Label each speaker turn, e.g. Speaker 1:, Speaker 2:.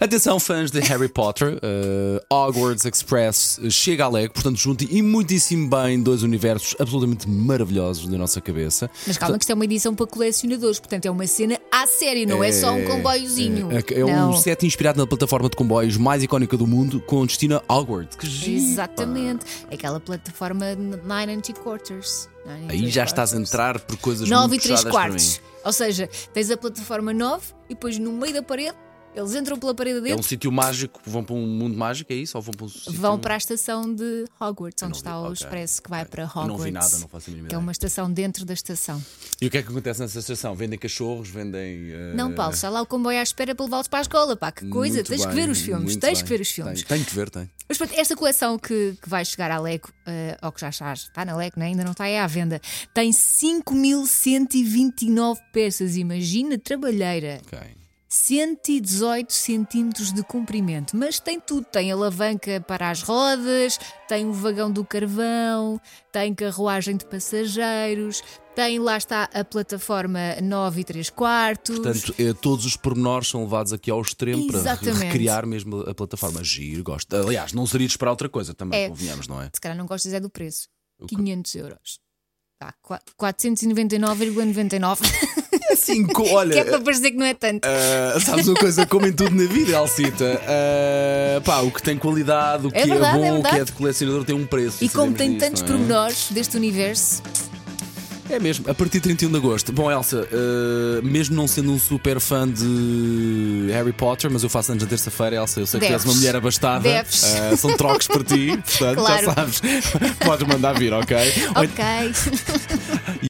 Speaker 1: Atenção, fãs de Harry Potter, eh, Hogwarts Express chega a Lego, portanto, junte e muitíssimo bem dois universos absolutamente maravilhosos da nossa cabeça.
Speaker 2: Mas calma, que isto é uma edição para colecionadores, portanto é uma cena à série, não é, só um comboiozinho.
Speaker 1: É, é
Speaker 2: não.
Speaker 1: um set inspirado na plataforma de comboios mais icónica do mundo, com destino a Hogwarts. Que giro.
Speaker 2: Exatamente. Aquela plataforma de nine and two quarters. Nine and
Speaker 1: Aí
Speaker 2: three
Speaker 1: já estás a
Speaker 2: quarters.
Speaker 1: entrar por coisas
Speaker 2: nove e
Speaker 1: muito
Speaker 2: três
Speaker 1: puxadas para
Speaker 2: quartos.
Speaker 1: mim.
Speaker 2: Ou seja, tens a plataforma 9 e depois no meio da parede, eles entram pela parede
Speaker 1: É um
Speaker 2: dentro,
Speaker 1: sítio mágico, vão para um mundo mágico, é isso? Ou vão para um sítio...
Speaker 2: vão para a estação de Hogwarts,
Speaker 1: não
Speaker 2: onde está
Speaker 1: vi-
Speaker 2: o
Speaker 1: ok.
Speaker 2: expresso que vai para
Speaker 1: Eu
Speaker 2: Hogwarts.
Speaker 1: não vi nada, não faço a mínima
Speaker 2: Que é
Speaker 1: ideia.
Speaker 2: uma estação dentro da estação.
Speaker 1: E o que é que acontece nessa estação? Vendem cachorros, vendem. eh,
Speaker 2: Não, Paulo, está lá o comboio à espera para levá-los para a escola. Pá, que coisa,
Speaker 1: muito
Speaker 2: tens que
Speaker 1: bem,
Speaker 2: ver os filmes,
Speaker 1: muito
Speaker 2: tens
Speaker 1: bem.
Speaker 2: que ver os filmes.
Speaker 1: Tenho, tenho que ver, tenho.
Speaker 2: Mas pronto, esta coleção que, que vai chegar à Lego, eh, ou que já está, está na Lego, né? ainda não está aí à venda, tem 5.129 peças. Imagina, trabalheira.
Speaker 1: Ok.
Speaker 2: 118 centímetros de comprimento, mas tem tudo: tem alavanca para as rodas, tem o vagão do carvão, tem carruagem de passageiros, tem lá está a plataforma 9 e 3 quartos.
Speaker 1: Portanto, eh, todos os pormenores são levados aqui ao extremo para
Speaker 2: Exatamente.
Speaker 1: re- recriar mesmo a plataforma. Giro, gosto. Aliás, não seria de esperar outra coisa também, convenhamos, não é?
Speaker 2: Se calhar não gostas é do preço:
Speaker 1: quê?
Speaker 2: 500 euros. Tá, qua- 499,99.
Speaker 1: Sim, co- assim, olha.
Speaker 2: que é para parecer que não é tanto.
Speaker 1: eh, sabes uma coisa, como em tudo na vida, Alcita, eh, pá, o que tem qualidade, o que é,
Speaker 2: verdade,
Speaker 1: bom,
Speaker 2: é
Speaker 1: o que é
Speaker 2: verdade.
Speaker 1: de colecionador tem um preço.
Speaker 2: e como
Speaker 1: sabemos disso,
Speaker 2: tem tantos
Speaker 1: não é?
Speaker 2: pormenores deste universo,
Speaker 1: É mesmo, a partir de 31 de agosto. Bom, Elsa, eh, mesmo não sendo um super fã de Harry Potter, mas eu faço anos na terça-feira, Elsa, eu sei que tu és
Speaker 2: Deves.
Speaker 1: uma mulher abastada.
Speaker 2: Deves.
Speaker 1: Eh, são trocos para ti, portanto,
Speaker 2: Claro.
Speaker 1: já sabes. Podes mandar vir, ok? Ou
Speaker 2: ok.